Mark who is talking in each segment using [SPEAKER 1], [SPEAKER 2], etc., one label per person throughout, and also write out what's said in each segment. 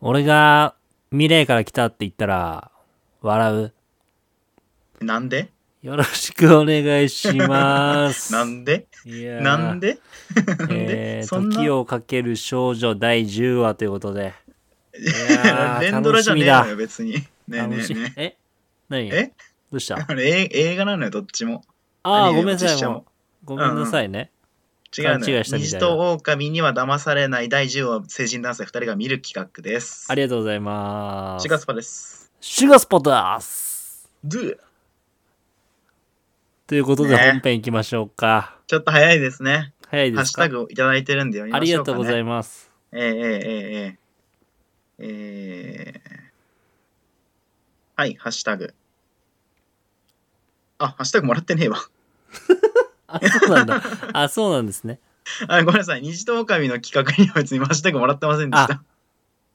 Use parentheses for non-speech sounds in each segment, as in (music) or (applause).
[SPEAKER 1] 俺がミレーから来たって言ったら、笑う。
[SPEAKER 2] なんで
[SPEAKER 1] よろしくお願いします。
[SPEAKER 2] (laughs) なんで
[SPEAKER 1] いやー
[SPEAKER 2] なんでなんで、
[SPEAKER 1] えー
[SPEAKER 2] そんな
[SPEAKER 1] 時をかける少女第10話ということで。いやー
[SPEAKER 2] (laughs) 連ドラじゃねえ
[SPEAKER 1] 楽
[SPEAKER 2] の
[SPEAKER 1] し
[SPEAKER 2] よ、別に。ね
[SPEAKER 1] み
[SPEAKER 2] え
[SPEAKER 1] だ
[SPEAKER 2] ねえね
[SPEAKER 1] え何
[SPEAKER 2] え。え
[SPEAKER 1] どうした
[SPEAKER 2] あれえ映画なのよ、どっちも。
[SPEAKER 1] あ
[SPEAKER 2] ア
[SPEAKER 1] あ、
[SPEAKER 2] ニメ
[SPEAKER 1] ご
[SPEAKER 2] も
[SPEAKER 1] めんなさ
[SPEAKER 2] 実
[SPEAKER 1] い。
[SPEAKER 2] 写
[SPEAKER 1] も
[SPEAKER 2] も
[SPEAKER 1] うごめんなさいね。
[SPEAKER 2] 違うの
[SPEAKER 1] 勘違
[SPEAKER 2] よ
[SPEAKER 1] いしたみたいな
[SPEAKER 2] 虹と狼には騙されない第10話成人男性2人が見る企画です。
[SPEAKER 1] ありがとうございます。
[SPEAKER 2] シガスパです。
[SPEAKER 1] シュガスポタース
[SPEAKER 2] ドゥ
[SPEAKER 1] ということで
[SPEAKER 2] ね
[SPEAKER 1] 本編行きましょうか。
[SPEAKER 2] ちょっと早いですね。
[SPEAKER 1] 早い
[SPEAKER 2] ハ
[SPEAKER 1] で
[SPEAKER 2] ッシ
[SPEAKER 1] す
[SPEAKER 2] ュ
[SPEAKER 1] か
[SPEAKER 2] タグをいただいてるんで読み
[SPEAKER 1] あ
[SPEAKER 2] ま
[SPEAKER 1] り
[SPEAKER 2] しょ
[SPEAKER 1] が
[SPEAKER 2] うか、
[SPEAKER 1] とうご
[SPEAKER 2] ね。
[SPEAKER 1] ざ
[SPEAKER 2] ま
[SPEAKER 1] います。
[SPEAKER 2] す。ええええええええはい、ハッシュタグ。あ、ハッシュタグもらってねえわ。
[SPEAKER 1] あ、そうなんだ。あ、そうなんですね。
[SPEAKER 2] (laughs) あごめんなさい、虹と狼の企画には別にハッシュタグもらってませんでした。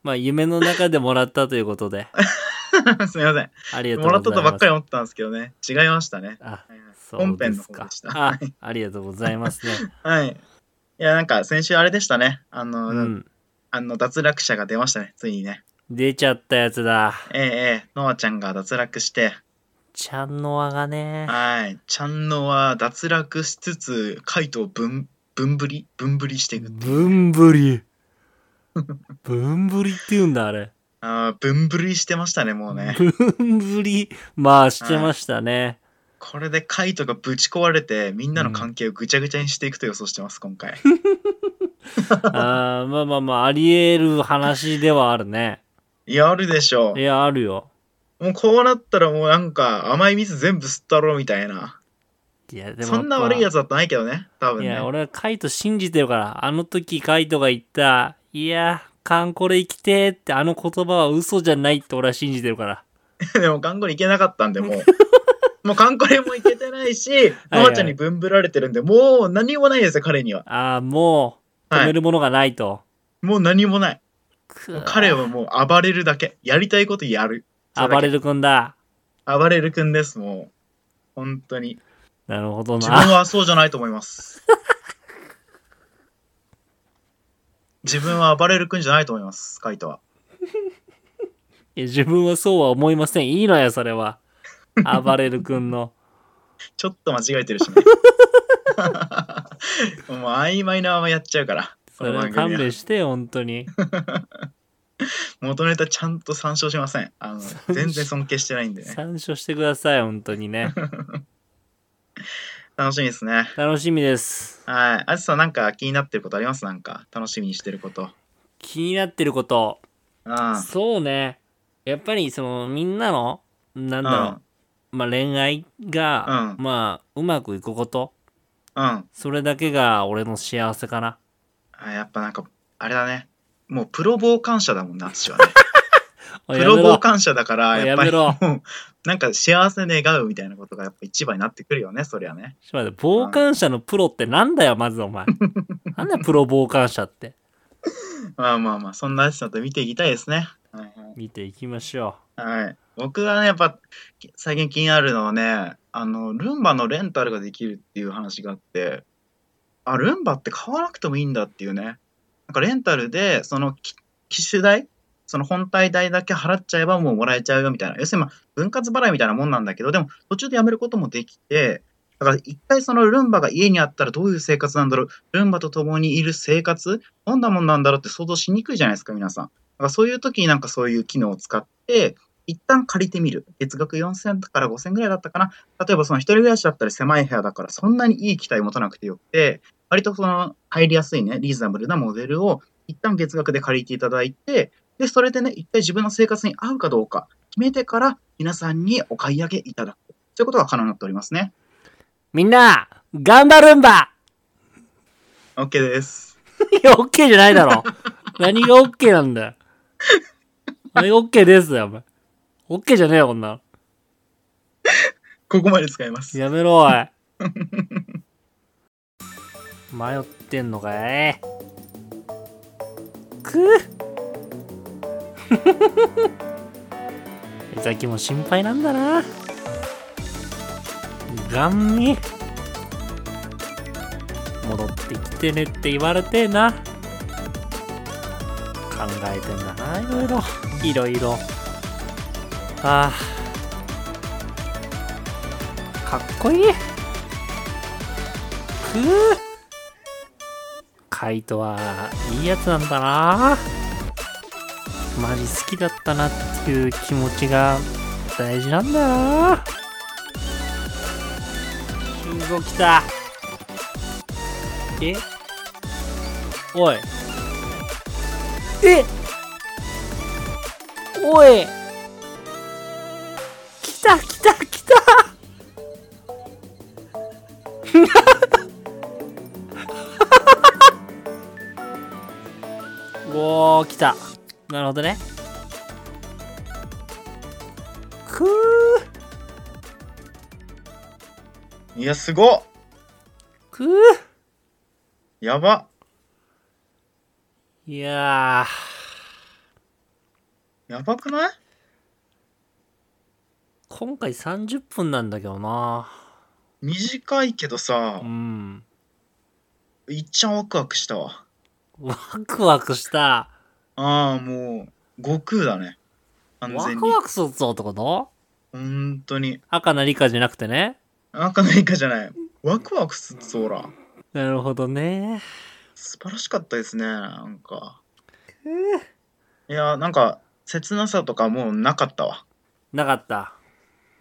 [SPEAKER 1] まあ、夢の中でもらったということ
[SPEAKER 2] (laughs)
[SPEAKER 1] で。
[SPEAKER 2] すみ
[SPEAKER 1] ありが
[SPEAKER 2] ません。
[SPEAKER 1] とう
[SPEAKER 2] も
[SPEAKER 1] ござ
[SPEAKER 2] ら
[SPEAKER 1] いま
[SPEAKER 2] っ
[SPEAKER 1] す。
[SPEAKER 2] たとばっかり思ったんですけどね。違いましたね。
[SPEAKER 1] あ、
[SPEAKER 2] はいはい
[SPEAKER 1] そう
[SPEAKER 2] 本編
[SPEAKER 1] で
[SPEAKER 2] の
[SPEAKER 1] す
[SPEAKER 2] 方
[SPEAKER 1] か
[SPEAKER 2] でし。た。
[SPEAKER 1] あ、ありがとうございます
[SPEAKER 2] (laughs)
[SPEAKER 1] ね。
[SPEAKER 2] はい。いや、なんか先週あれでしたね。あの、
[SPEAKER 1] うん。
[SPEAKER 2] あの脱落者が出ましたね、ついにね。
[SPEAKER 1] 出ちゃったやつだ。
[SPEAKER 2] ええええ、ノアちゃんが脱落して、
[SPEAKER 1] ちゃんの輪がね。
[SPEAKER 2] はい、ちゃんのは脱落しつつ、カイトをぶん、ぶんぶり、ぶんぶりしていく。
[SPEAKER 1] ぶんぶり。ぶんぶりって言うんだ、あれ。
[SPEAKER 2] ああ、ぶんぶりしてましたね、もうね。
[SPEAKER 1] (laughs) ぶんぶり。まあ、してましたね。
[SPEAKER 2] これでカイトがぶち壊れて、みんなの関係をぐちゃぐちゃにしていくと予想してます、今回。
[SPEAKER 1] (laughs) あーまあまあまあ、あり得る話ではあるね。
[SPEAKER 2] いや、あるでしょ
[SPEAKER 1] いや、あるよ。
[SPEAKER 2] う。もうこうなったらもうなんか甘い水全部吸ったろうみたいな。
[SPEAKER 1] いや、でもやっぱ。
[SPEAKER 2] そんな悪いやつだったらないけどね、多分
[SPEAKER 1] い
[SPEAKER 2] ね。
[SPEAKER 1] や、俺はカイト信じてるから、あの時カイトが言った、いや、カンコレ生きてーってあの言葉は嘘じゃないって俺は信じてるから。
[SPEAKER 2] (laughs) でも、カンコレ行けなかったんで、
[SPEAKER 1] (laughs)
[SPEAKER 2] もう。もうカンコレも行けてないし、
[SPEAKER 1] はい
[SPEAKER 2] ノアちゃんにぶんぶられてるんで、もう何もないですよ、彼には。
[SPEAKER 1] ああ、もう、
[SPEAKER 2] はい
[SPEAKER 1] 止めるものがないと。
[SPEAKER 2] もう何もない。
[SPEAKER 1] くー
[SPEAKER 2] 彼はもう暴れるだけ。やりたいことやる。そだけ
[SPEAKER 1] 暴れる君だ。
[SPEAKER 2] 暴れる君です、もう。本当に。
[SPEAKER 1] なるほど
[SPEAKER 2] 自
[SPEAKER 1] な。
[SPEAKER 2] 分はそうじゃないと思
[SPEAKER 1] (laughs)
[SPEAKER 2] います。自分は暴れる君じゃないと思います、カイトは。
[SPEAKER 1] いや自分はそうは思いません。いいのや、それは。暴れる君
[SPEAKER 2] (laughs)
[SPEAKER 1] の。
[SPEAKER 2] ちょっと間違えて
[SPEAKER 1] (laughs)
[SPEAKER 2] るしね。もう曖昧なままやっちゃうから。
[SPEAKER 1] それは
[SPEAKER 2] この番
[SPEAKER 1] 勘
[SPEAKER 2] 組は
[SPEAKER 1] 弁して、本当
[SPEAKER 2] (laughs)
[SPEAKER 1] に。
[SPEAKER 2] 元ネタちゃんと参照しませんあの
[SPEAKER 1] 照
[SPEAKER 2] 全然尊敬してないんでね
[SPEAKER 1] 参照してください、本当にね。
[SPEAKER 2] 楽しみですね
[SPEAKER 1] 楽しみです。
[SPEAKER 2] はいあずさんなんか気になってることありますなんか楽しみにしてること
[SPEAKER 1] 気になってること。
[SPEAKER 2] うんうん
[SPEAKER 1] そうね。やっぱり、その、みんなの、なんだろう。まあ、恋愛が、
[SPEAKER 2] うん
[SPEAKER 1] まあうまくいくこと
[SPEAKER 2] うん
[SPEAKER 1] それだけが俺の幸せかな
[SPEAKER 2] あやっぱなんかあれだねもうプロ傍観者だもんな私
[SPEAKER 1] (laughs)
[SPEAKER 2] はね
[SPEAKER 1] お
[SPEAKER 2] プ
[SPEAKER 1] いや
[SPEAKER 2] ロ
[SPEAKER 1] めろ
[SPEAKER 2] 傍観者だからやっぱり
[SPEAKER 1] や
[SPEAKER 2] もうなんか幸せ願うみたいなことがやっぱ一番になってくるよねそりゃね
[SPEAKER 1] ちょっと待って傍観者のプロってなんだよまずお
[SPEAKER 2] (laughs)
[SPEAKER 1] 前なんだよプロ傍観者って
[SPEAKER 2] まあまあまあそんなあずさんと見ていきたいですねはいはい
[SPEAKER 1] 見ていきましょ
[SPEAKER 2] はい。僕がね、やっぱ、き最近気になるのはね、あの、ルンバのレンタルができるっていう話があって、あ、ルンバって買わなくてもいいんだっていうね。なんかレンタルで、そのき機種代、その本体代だけ払っちゃえばもうもらえちゃうよみたいな。要するに、まあ、分割払いみたいなもんなんだけど、でも途中でやめることもできて、だから一回そのルンバが家にあったらどういう生活なんだろう、ルンバと共にいる生活、どんなもんなんだろうって想像しにくいじゃないですか、皆さん。だからそういう時になんかそういう機能を使って、一旦借りてみる。月額4000から5000ぐらいだったかな。例えばその一人暮らしだったら狭い部屋だからそんなにいい機体持たなくてよくて、割とその入りやすいね、リーズナブルなモデルを一旦月額で借りていただいて、で、それでね、一回自分の生活に合うかどうか決めてから皆さんにお買い上げいただく。ということが可能になっておりますね。
[SPEAKER 1] うみんな頑張るんば
[SPEAKER 2] OK です。
[SPEAKER 1] いや OK じゃないだ
[SPEAKER 2] (laughs)
[SPEAKER 1] ろ何が OK なんだよ何が OK ですよお前 OK じゃねえよこんなの
[SPEAKER 2] ここまで使います。
[SPEAKER 1] やめろおい迷ってんのかいく (laughs) っ江崎も心配なんだなガンミ戻ってきてねって言われてえな考えてんだな、いろいろ。いろいろ。ああ。かっこいい。くぅ。カイトは、いいやつなんだな。マジ好きだったなっていう気持ちが大事なんだよな。信号来た。えおい。えおい来た来た来たおー来たなるほどねくー
[SPEAKER 2] いや、すごっ
[SPEAKER 1] くー
[SPEAKER 2] やば
[SPEAKER 1] いや
[SPEAKER 2] やばくない
[SPEAKER 1] ー今回30分なんだけどな
[SPEAKER 2] 短いけどさ
[SPEAKER 1] う、ん
[SPEAKER 2] いっちゃんワクワクしたわ。
[SPEAKER 1] ワクワクした
[SPEAKER 2] ああ、もう、悟空だね。完
[SPEAKER 1] ワ
[SPEAKER 2] 全に
[SPEAKER 1] ク。ワクするぞってこと
[SPEAKER 2] 本当に。
[SPEAKER 1] 赤な理科じゃなくてね
[SPEAKER 2] 赤のイカじゃない。ワクワクすっぞら。
[SPEAKER 1] なるほどね
[SPEAKER 2] 素晴らしかったですね、なんか。いや、なんか、切なさとかもうなかったわ。
[SPEAKER 1] なかった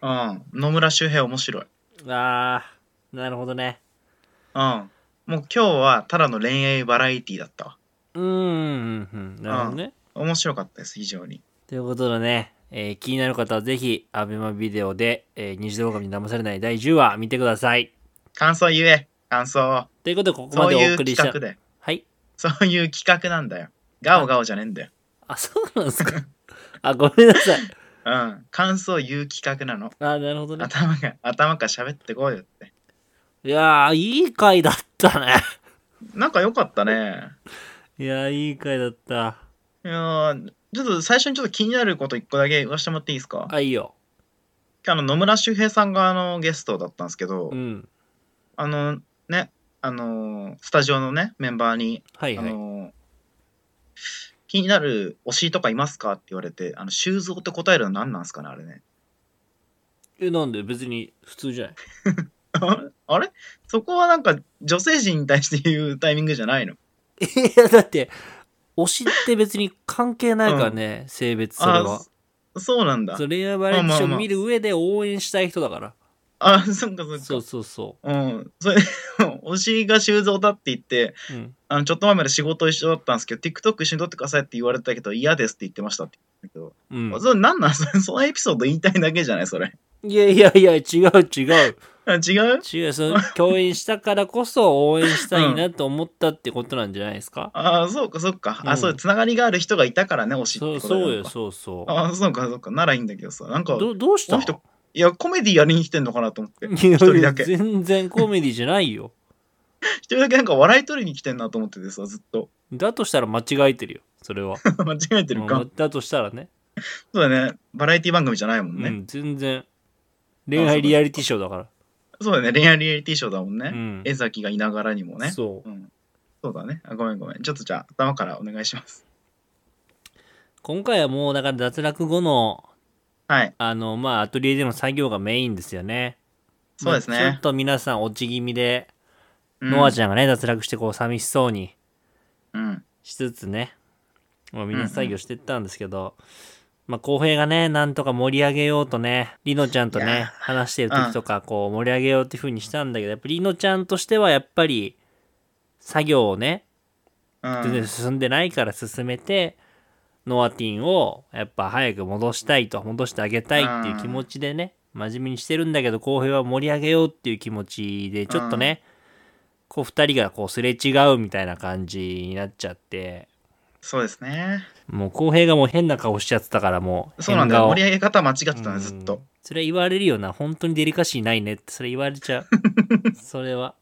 [SPEAKER 2] うん。野村周平面白い。
[SPEAKER 1] あーなるほどね
[SPEAKER 2] うん。もう今日はただの恋愛バラエティだったわ。
[SPEAKER 1] うーんうんうんなるほどね
[SPEAKER 2] 面白かったです、非常に。
[SPEAKER 1] ということでね、えー気になる方はぜひ ABEMA ビデオで「えー、虹動画に騙されない第10話」見てください
[SPEAKER 2] 感想言え、感想。
[SPEAKER 1] ということでここま
[SPEAKER 2] そう
[SPEAKER 1] で
[SPEAKER 2] い
[SPEAKER 1] お
[SPEAKER 2] う
[SPEAKER 1] 送りし
[SPEAKER 2] 企
[SPEAKER 1] た
[SPEAKER 2] 画だよ。
[SPEAKER 1] はい
[SPEAKER 2] そういう企画なんだよ。ガオガオじゃねえんだよ。
[SPEAKER 1] あそうなんですかあごめんなさい
[SPEAKER 2] うん。感想言う企画なの。
[SPEAKER 1] あなるほどね
[SPEAKER 2] (laughs) 頭が、頭から喋ってこいよって。
[SPEAKER 1] いやーいい回だったね
[SPEAKER 2] なんか良かったね。
[SPEAKER 1] いやーいい回だった
[SPEAKER 2] いやーちょっと最初にちょっと気になること一個だけ言わせてもらっていいですか
[SPEAKER 1] あいいよ
[SPEAKER 2] あの野村周平さんがあのゲストだったんですけど、
[SPEAKER 1] うん
[SPEAKER 2] あのねあのースタジオのねメンバーに、
[SPEAKER 1] はいは
[SPEAKER 2] あ
[SPEAKER 1] い
[SPEAKER 2] のー気になる推しとかいますか?」って言われて「あの修造」って答えるの何なんですかねあれね (laughs)
[SPEAKER 1] えなんで別に普通じゃない (laughs)
[SPEAKER 2] あれそこはなんか女性陣に対して言うタイミングじゃないの
[SPEAKER 1] いや、だって、推しって別に関係ないからね、性別それは
[SPEAKER 2] あ。そそうなんだ
[SPEAKER 1] それ恋愛バラエティショ
[SPEAKER 2] まあまあま
[SPEAKER 1] ン
[SPEAKER 2] あ
[SPEAKER 1] 見る上で応援したい人だから。
[SPEAKER 2] あそっかそっか
[SPEAKER 1] そうそうそ
[SPEAKER 2] うんそれ (laughs) 推しが修造だって言って
[SPEAKER 1] う。うん、
[SPEAKER 2] あのちょっと前まで仕事一緒だったんですけど TikTok 一緒に撮ってくださいって言われたけど嫌ですって言ってましたって言ったけど
[SPEAKER 1] うん
[SPEAKER 2] それなんなんそれそのエピソード言いたいだけじゃないそれ。 (laughs)
[SPEAKER 1] いやいやいや、違う違う。
[SPEAKER 2] あ違う
[SPEAKER 1] 違う、その、共演したからこそ応援したいなと思ったってことなんじゃないですか。
[SPEAKER 2] ああ、そうかそうか。
[SPEAKER 1] う
[SPEAKER 2] あ
[SPEAKER 1] ん
[SPEAKER 2] そう、つながりがある人がいたからね、推しって
[SPEAKER 1] そ
[SPEAKER 2] こ
[SPEAKER 1] う
[SPEAKER 2] とだ
[SPEAKER 1] そうよ、
[SPEAKER 2] なんか
[SPEAKER 1] そうそ
[SPEAKER 2] ああ、そうかそうか。ならいいんだけどさ。なんか
[SPEAKER 1] う。、どどうした
[SPEAKER 2] この人いや、コメディやりに来てんのかなと思って。
[SPEAKER 1] い
[SPEAKER 2] 一
[SPEAKER 1] や
[SPEAKER 2] 人だけ。一
[SPEAKER 1] 全然コメディじゃないよ。
[SPEAKER 2] 人だけなんか笑い取りに来てんなと思っててさ、ずっと。 (laughs)
[SPEAKER 1] だとしたら間違えてるよ、それは。
[SPEAKER 2] 間違えてるか。
[SPEAKER 1] うんだとしたらね。
[SPEAKER 2] そうだね。バラエティ番組じゃないもん
[SPEAKER 1] う
[SPEAKER 2] ね。
[SPEAKER 1] ん、全然。恋愛リアリティショーだから。
[SPEAKER 2] そうだね。恋愛リアリティショーだもん
[SPEAKER 1] う
[SPEAKER 2] ね。
[SPEAKER 1] ん
[SPEAKER 2] 江崎がいながらにもね。
[SPEAKER 1] そう
[SPEAKER 2] う。ん。そうだね。あごめんごめん。ちょっとじゃあ、頭からお願いします。
[SPEAKER 1] 今回はもうだから脱落後の
[SPEAKER 2] はい。
[SPEAKER 1] あのまあアトリエでの作業がメインですよね
[SPEAKER 2] そうですね
[SPEAKER 1] まあちょっと皆さん落ち気味で、
[SPEAKER 2] うん
[SPEAKER 1] ノアちゃんがね脱落してこう寂しそうに
[SPEAKER 2] うん。
[SPEAKER 1] しつつね、まあ、みんな作業してったんですけど、まあ浩平がねなんとか盛り上げようとねりのちゃんと
[SPEAKER 2] いやー
[SPEAKER 1] ね話してる時とかこう盛り上げようっていう風にしたんだけどやっぱりりのちゃんとしてはやっぱり作業をね
[SPEAKER 2] うん。
[SPEAKER 1] 全然進んでないから進めて、ノアティンをやっぱ早く戻したいと戻してあげたいっていう気持ちでね、真面目にしてるんだけど浩平は盛り上げようっていう気持ちでちょっとね、こう2人がこうすれ違うみたいな感じになっちゃって
[SPEAKER 2] そうですね。
[SPEAKER 1] もう浩平がもう変な顔しちゃってたからもう
[SPEAKER 2] そうなんだよ。
[SPEAKER 1] 変顔
[SPEAKER 2] 盛り上げ方間違ってたね、ずっ
[SPEAKER 1] うん
[SPEAKER 2] と。
[SPEAKER 1] それ言われるよな本当にデリカシーないねってそれ
[SPEAKER 2] (laughs)
[SPEAKER 1] 言われちゃうそれは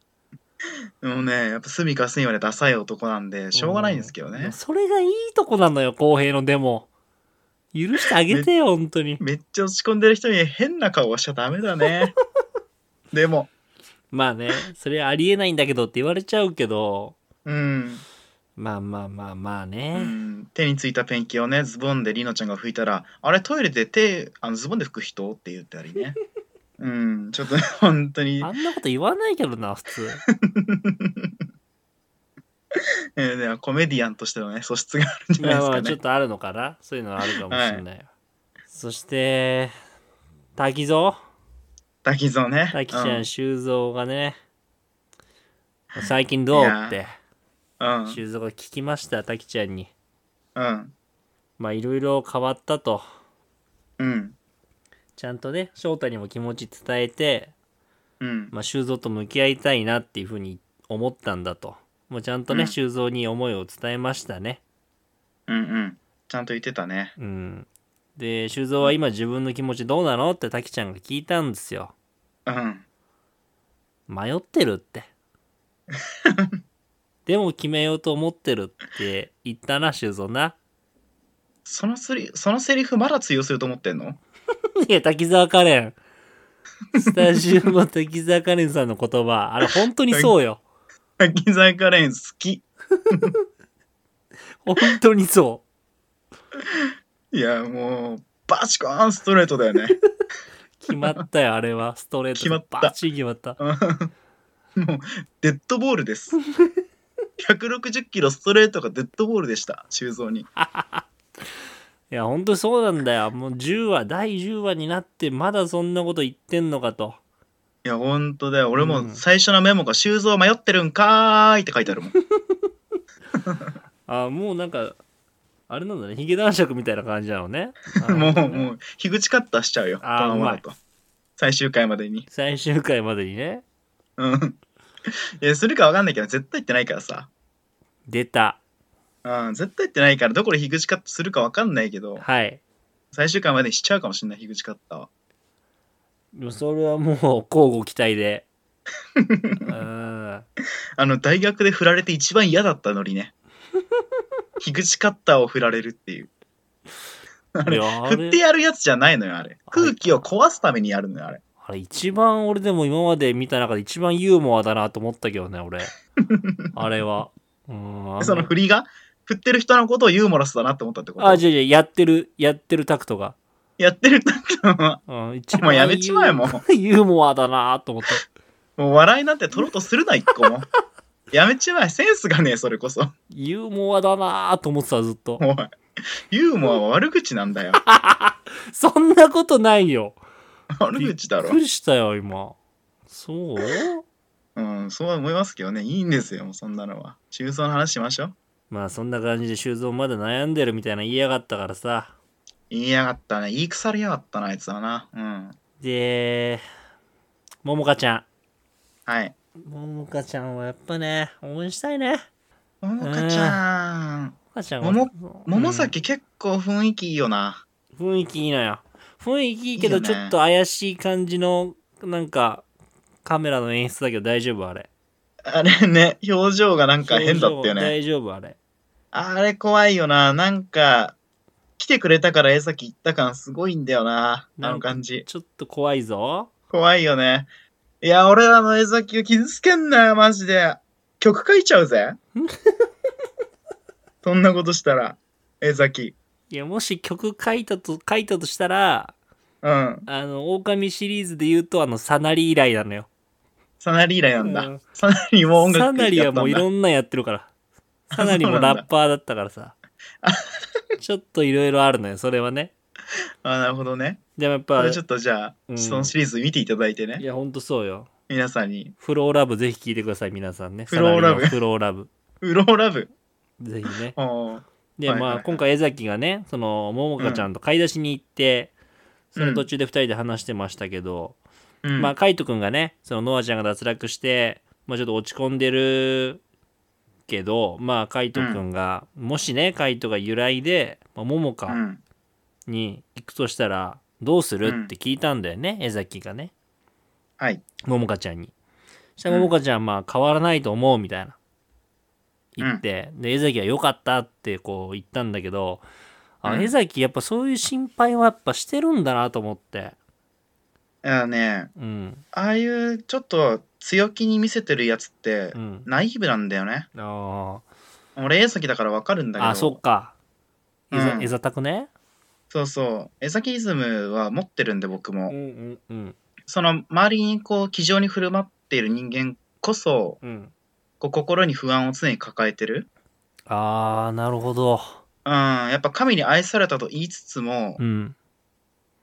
[SPEAKER 2] でもね、やっぱ隅から隅までダサい男なんで、しょうがないんですけどね。
[SPEAKER 1] それがいいとこなのよ浩平のでも許してあげてよ本当に
[SPEAKER 2] めっちゃ落ち込んでる人に変な顔はしちゃダメだ
[SPEAKER 1] (laughs)
[SPEAKER 2] ね。でも、
[SPEAKER 1] まあね、それありえないんだけどって言われちゃうけど、
[SPEAKER 2] うん。
[SPEAKER 1] まあまあまあまあ
[SPEAKER 2] う
[SPEAKER 1] ね。
[SPEAKER 2] ん、手についたペンキをねズボンでりのちゃんが拭いたら「あれトイレで手あのズボンで拭く人?」って言った
[SPEAKER 1] (laughs)
[SPEAKER 2] りねうんちょっとね本当に
[SPEAKER 1] あんなこと言わないけどな、普
[SPEAKER 2] (laughs)
[SPEAKER 1] 通。
[SPEAKER 2] えーねコメディアンとしてのね素質があるんじゃない
[SPEAKER 1] まあ
[SPEAKER 2] です
[SPEAKER 1] ま
[SPEAKER 2] か
[SPEAKER 1] あちょ
[SPEAKER 2] ね
[SPEAKER 1] っ。とあるのかなそういうのはあるかもしれないわ、そして滝蔵
[SPEAKER 2] 滝蔵ね。
[SPEAKER 1] 滝ちゃ
[SPEAKER 2] うん
[SPEAKER 1] ん修造がね、最近どう
[SPEAKER 2] いや
[SPEAKER 1] って
[SPEAKER 2] うん
[SPEAKER 1] 修造が聞きました滝ちゃんに
[SPEAKER 2] うん
[SPEAKER 1] まあいろいろ変わったと
[SPEAKER 2] うん
[SPEAKER 1] ちゃんとね翔太にも気持ち伝えて、
[SPEAKER 2] うん
[SPEAKER 1] まあ、修造と向き合いたいなっていうふうに思ったんだともうちゃんとね、
[SPEAKER 2] うん
[SPEAKER 1] 修造に思いを伝えましたね
[SPEAKER 2] うんうんちゃんと言ってたね。
[SPEAKER 1] うんで修造は今自分の気持ちどうなのって滝ちゃんが聞いたんですよ
[SPEAKER 2] うん
[SPEAKER 1] 迷ってるって
[SPEAKER 2] (laughs)
[SPEAKER 1] でも決めようと思ってるって言ったな修造な
[SPEAKER 2] そのセリそのセリフまだ通用すると思ってんの
[SPEAKER 1] いや滝沢カレンスタジオの滝沢カレンさんの言葉あれ本当にそうよ
[SPEAKER 2] 滝沢カレン好き。
[SPEAKER 1] 本当にそ
[SPEAKER 2] いやもうバチコーンストレートだよ
[SPEAKER 1] (laughs)
[SPEAKER 2] ね。
[SPEAKER 1] う決まったよあれはストレートで
[SPEAKER 2] 決まった
[SPEAKER 1] バチン決まった
[SPEAKER 2] うんもうデッドボールです。160キロストレートがデッドボールでした修造に。
[SPEAKER 1] いや本当にそうなんだよもう10話第10話になってまだそんなこと言ってんのかと
[SPEAKER 2] いやほんとだよ俺
[SPEAKER 1] う
[SPEAKER 2] も
[SPEAKER 1] ん
[SPEAKER 2] 最初のメモが「修造迷ってるんかーい」って書いてあるもん。
[SPEAKER 1] あもうなんかあれなんだねヒゲ男爵みたいな感じなのね
[SPEAKER 2] (laughs) も
[SPEAKER 1] あ
[SPEAKER 2] う、もう、樋口カッターしちゃうよ。こ
[SPEAKER 1] あー
[SPEAKER 2] のままだと。最終回までに。
[SPEAKER 1] 最終回までにね
[SPEAKER 2] うん。いや、するかわかんないけど、絶対行ってないからさ。
[SPEAKER 1] 出た
[SPEAKER 2] うん、絶対行ってないから、どこで樋口カットするかわかんないけど、
[SPEAKER 1] はい
[SPEAKER 2] 最終回までにしちゃうかもしれない、樋口カッターは。
[SPEAKER 1] でもそれはもう交互期待で
[SPEAKER 2] (laughs)
[SPEAKER 1] うん
[SPEAKER 2] あの、大学で振られて一番嫌だったの
[SPEAKER 1] (laughs)
[SPEAKER 2] にね。樋口カッターを振られるっていう。
[SPEAKER 1] いやあ
[SPEAKER 2] 振
[SPEAKER 1] れ
[SPEAKER 2] ってやるやつじゃないのよ、あれ。空気を壊すためにやるのよ、あれ。
[SPEAKER 1] あれ一番俺でも今まで見た中で一番ユーモアだなと思ったけどね
[SPEAKER 2] (laughs)
[SPEAKER 1] 俺あれはうんあ
[SPEAKER 2] その振りが、振ってる人のことをユーモラスだなって思ったってこと。
[SPEAKER 1] あじゃじゃやってるやってるタクトが、
[SPEAKER 2] やってるんだったら、
[SPEAKER 1] うん、一番
[SPEAKER 2] もうやめちまえも
[SPEAKER 1] ユーユー (laughs) モアだなと思った
[SPEAKER 2] もう笑いなんて取ろうとするな、一個も。 (laughs) やめちまえ、センスがねえ、それこそ。
[SPEAKER 1] ユーモアだなと思ってたずっと
[SPEAKER 2] おい。ユーモアは悪口な
[SPEAKER 1] (laughs)
[SPEAKER 2] んだよ。
[SPEAKER 1] そんなことないよ
[SPEAKER 2] 悪口だろ
[SPEAKER 1] びっく。りしたよ今そう
[SPEAKER 2] うん、そう思いますけどね。いいんですよ、もうそんなのは。中層の話しましょう。
[SPEAKER 1] まあそんな感じで修造まだ悩んでるみたいな言いやがったからさ
[SPEAKER 2] 言いやがったね。言い腐りやがったな、あいつはな。うん。
[SPEAKER 1] でももかちゃ
[SPEAKER 2] はい。
[SPEAKER 1] んももかちゃんはやっぱね応援したいね
[SPEAKER 2] ももかちゃん。
[SPEAKER 1] ももかちゃん
[SPEAKER 2] もも
[SPEAKER 1] も
[SPEAKER 2] 桃崎結構雰囲気いいよな。
[SPEAKER 1] 雰囲気いいのよ雰囲気いいけ
[SPEAKER 2] い
[SPEAKER 1] ど
[SPEAKER 2] いよ
[SPEAKER 1] ち
[SPEAKER 2] ね
[SPEAKER 1] ょっと怪しい感じのなんかカメラの演出だけど大丈夫あれ
[SPEAKER 2] あれね、表情がなんか変だったよ
[SPEAKER 1] 表情
[SPEAKER 2] ね。
[SPEAKER 1] 大丈夫あれ
[SPEAKER 2] あれ怖いよな。なんか、来てくれたから江崎行った感すごいんだよな。あの感じ。
[SPEAKER 1] ちょっと怖いぞ
[SPEAKER 2] 怖いよね。いや、俺らの江崎を傷つけんなよ、マジで。曲書いちゃ
[SPEAKER 1] (laughs)
[SPEAKER 2] うぜ。そんなことしたら、江崎。
[SPEAKER 1] いやもし曲書いたと書いたとしたら
[SPEAKER 2] うん。
[SPEAKER 1] あの狼シリーズで言うとあのサナリ以来なのよ
[SPEAKER 2] サナリ以来なんだ。
[SPEAKER 1] うん
[SPEAKER 2] サナリも音楽
[SPEAKER 1] サナリ
[SPEAKER 2] や
[SPEAKER 1] は
[SPEAKER 2] った
[SPEAKER 1] もうんい
[SPEAKER 2] だ。
[SPEAKER 1] ろんなやってるから。サナリも
[SPEAKER 2] そうな
[SPEAKER 1] ラ
[SPEAKER 2] んだ
[SPEAKER 1] ッパーだったから
[SPEAKER 2] (laughs)
[SPEAKER 1] さ。ちょっといろいろあるのよ、それはね。
[SPEAKER 2] あ、なるほどね。
[SPEAKER 1] でもやっ
[SPEAKER 2] こ
[SPEAKER 1] ぱ、
[SPEAKER 2] れちょっとじゃあ、
[SPEAKER 1] うん
[SPEAKER 2] そのシリーズ見ていただいて
[SPEAKER 1] い
[SPEAKER 2] ね。
[SPEAKER 1] や、ほんとそうよ。
[SPEAKER 2] 皆さんに。
[SPEAKER 1] フローラブぜひ聞いてください、皆さんね。
[SPEAKER 2] フロー
[SPEAKER 1] サ
[SPEAKER 2] ラブ
[SPEAKER 1] ナリのフローラブ。
[SPEAKER 2] ウローラブ。
[SPEAKER 1] ぜひ
[SPEAKER 2] (laughs)
[SPEAKER 1] ね。
[SPEAKER 2] おー
[SPEAKER 1] で、
[SPEAKER 2] はいはい
[SPEAKER 1] まあ、今回江崎がね、その、ももかちゃんと買い出しに行って、その途中で2人で話してましたけど、
[SPEAKER 2] うん。
[SPEAKER 1] まあ、カイトくんがね、そのノアちゃんが脱落して、まあ、ちょっと落ち込んでるけど、まあ、カイトくんが、もしね、カイトが由来で、まあ、ももか、
[SPEAKER 2] うん。
[SPEAKER 1] に行くとしたらどうする、
[SPEAKER 2] うん
[SPEAKER 1] って聞いたんだよね江崎がね
[SPEAKER 2] はい。
[SPEAKER 1] ももかちゃんにそしたら
[SPEAKER 2] うん
[SPEAKER 1] ももかちゃんはまあ変わらないと思うみたいな言って、で江崎は良かったってこう言ったんだけどあ、
[SPEAKER 2] うん
[SPEAKER 1] 江崎やっぱそういう心配はやっぱしてるんだなと思って
[SPEAKER 2] いやね、
[SPEAKER 1] うん
[SPEAKER 2] ああいうちょっと強気に見せてるやつって
[SPEAKER 1] う、ん
[SPEAKER 2] ナイーブなんだよね。
[SPEAKER 1] ああ
[SPEAKER 2] 俺江崎だからわかるんだけど
[SPEAKER 1] あ、そっか。えざ、
[SPEAKER 2] うん
[SPEAKER 1] えざたくね。
[SPEAKER 2] そうそう江崎イズムは持ってるんで僕も、
[SPEAKER 1] んうん
[SPEAKER 2] その周りにこう気丈に振る舞っている人間こそ
[SPEAKER 1] うん。
[SPEAKER 2] こう心に不安を常に抱えてる
[SPEAKER 1] あー、なるほど。
[SPEAKER 2] うんやっぱ神に愛されたと言いつつも
[SPEAKER 1] うん。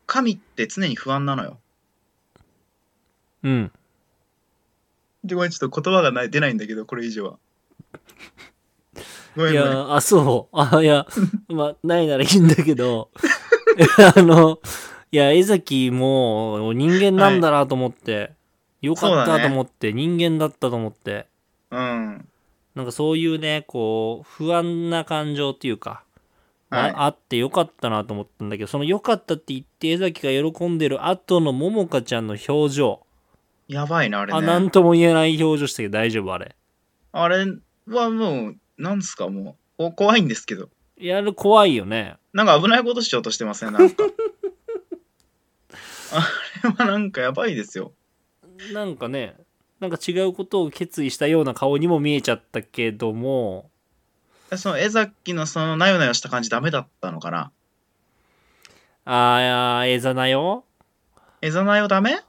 [SPEAKER 2] 神って常に不安なのよ
[SPEAKER 1] うん。
[SPEAKER 2] でごめんちょっと言葉がない出ないんだけどこれ以上はごめ
[SPEAKER 1] (laughs) い
[SPEAKER 2] んごめん
[SPEAKER 1] や、あ、そう。あ、い
[SPEAKER 2] (laughs)
[SPEAKER 1] や、まあ、ないならいいんだけど、 (laughs) あの、いや、江崎も人間なんだなと思って、よかっ
[SPEAKER 2] そうだ
[SPEAKER 1] たと
[SPEAKER 2] ね
[SPEAKER 1] 思って、人間だったと思って、
[SPEAKER 2] うん
[SPEAKER 1] なんかそういうね、こう、不安な感情っていうか、
[SPEAKER 2] はい
[SPEAKER 1] ああってよかったなと思ったんだけど、そのよかったって言って江崎が喜んでる後のももかちゃんの表情。
[SPEAKER 2] やばいなあれ
[SPEAKER 1] あ、
[SPEAKER 2] ね
[SPEAKER 1] なんとも言えない表情したけど大丈夫あれ。
[SPEAKER 2] あれはもう、なんすか、もう、こ怖いんですけど。
[SPEAKER 1] いやる怖いよね。
[SPEAKER 2] なんか危ないことしようとしてません、なんか。あれはなんかやばいですよ。
[SPEAKER 1] なんかね、なんか違うことを決意したような顔にも見えちゃったけども、
[SPEAKER 2] その江崎のそのなよなよした感じダメだったのかな
[SPEAKER 1] あー、江ざなよ
[SPEAKER 2] 江ざなよダメ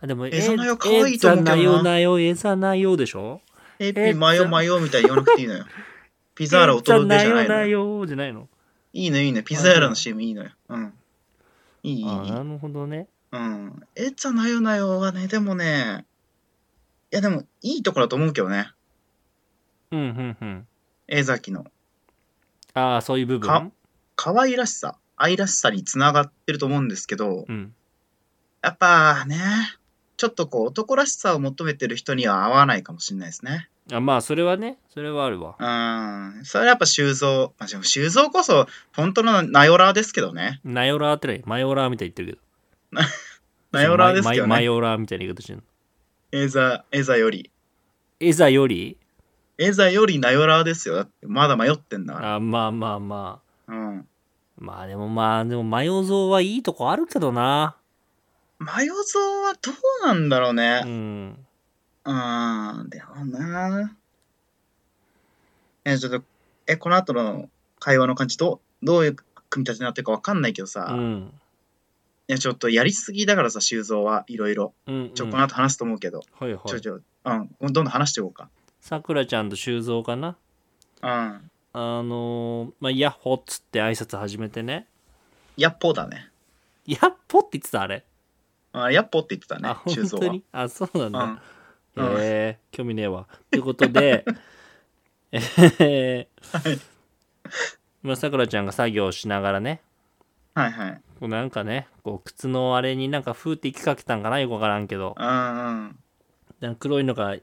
[SPEAKER 1] あでも、
[SPEAKER 2] 江ざなよ可愛いと思うけどな
[SPEAKER 1] 江ざなよ、江ざなよでしょ
[SPEAKER 2] エ
[SPEAKER 1] え
[SPEAKER 2] ピマヨマヨみたいに言わなくていいのよ。ピザーラ
[SPEAKER 1] 江
[SPEAKER 2] 踊
[SPEAKER 1] ざ
[SPEAKER 2] るで
[SPEAKER 1] な
[SPEAKER 2] じゃな
[SPEAKER 1] よ
[SPEAKER 2] いの
[SPEAKER 1] だ
[SPEAKER 2] よ。
[SPEAKER 1] よじゃないの
[SPEAKER 2] いいのいいの、ピザーラの CM いいのよ。うん。いいいいいい。
[SPEAKER 1] あーなるほどね。
[SPEAKER 2] うん。えざなよなよはね、でもね、いやでもいいとこだと思うけどね。
[SPEAKER 1] うんうんうん。
[SPEAKER 2] 江崎の。
[SPEAKER 1] ああ、そういう部分
[SPEAKER 2] か可愛らしさ愛らしさにつながってると思うんですけど
[SPEAKER 1] うん。
[SPEAKER 2] やっぱねちょっとこう男らしさを求めてる人には合わないかもしれないですね
[SPEAKER 1] あまあ、それはね、それはあるわ。
[SPEAKER 2] うんそれはやっぱ修造、まあ、でも修造こそ本当のナヨラーですけどね
[SPEAKER 1] ナヨラーってない、マヨラーみたいに言ってるけど。
[SPEAKER 2] ナヨラーですけど
[SPEAKER 1] マママ
[SPEAKER 2] ね
[SPEAKER 1] ヨラーみたいな言い方してるの。
[SPEAKER 2] エザエザより
[SPEAKER 1] エザより
[SPEAKER 2] エザよりナヨラーですよだってまだ迷ってんだか
[SPEAKER 1] あまあまあまあ。
[SPEAKER 2] らうん
[SPEAKER 1] まあでもまあ、でもマヨ像はいいとこあるけどな。
[SPEAKER 2] マヨゾウはどうなんだろう
[SPEAKER 1] う
[SPEAKER 2] ね
[SPEAKER 1] ん。
[SPEAKER 2] うんでもなえちょっとえこの後の会話の感じどうどういう組み立てになってるかわかんないけどさ、
[SPEAKER 1] う
[SPEAKER 2] い
[SPEAKER 1] ん。
[SPEAKER 2] やちょっとやりすぎだからさ修造はいろいろ
[SPEAKER 1] うん、
[SPEAKER 2] ちょ
[SPEAKER 1] うん
[SPEAKER 2] この後話すと思うけど、
[SPEAKER 1] はいは
[SPEAKER 2] ちょ
[SPEAKER 1] い
[SPEAKER 2] ちょうんどんどん話していこうか
[SPEAKER 1] さくらちゃんと修造かな
[SPEAKER 2] うん
[SPEAKER 1] あのーまあヤッホっつって挨拶始めてね
[SPEAKER 2] やっぽーだね
[SPEAKER 1] ヤッポって言ってたあれ
[SPEAKER 2] あやっぽーって言ってた
[SPEAKER 1] あ
[SPEAKER 2] ね修
[SPEAKER 1] 本
[SPEAKER 2] 造
[SPEAKER 1] 当にあそうなんだ、
[SPEAKER 2] は
[SPEAKER 1] へ
[SPEAKER 2] うん
[SPEAKER 1] え興味ねえわ。ということ
[SPEAKER 2] (laughs)
[SPEAKER 1] で、え
[SPEAKER 2] はい
[SPEAKER 1] ー、今さくらちゃんが作業をしながらね、
[SPEAKER 2] うんはいはい
[SPEAKER 1] こうなんかね、こう靴のあれになんかふーって息かけたんかなよくわからんけど、
[SPEAKER 2] うんうん
[SPEAKER 1] なんか黒いのが、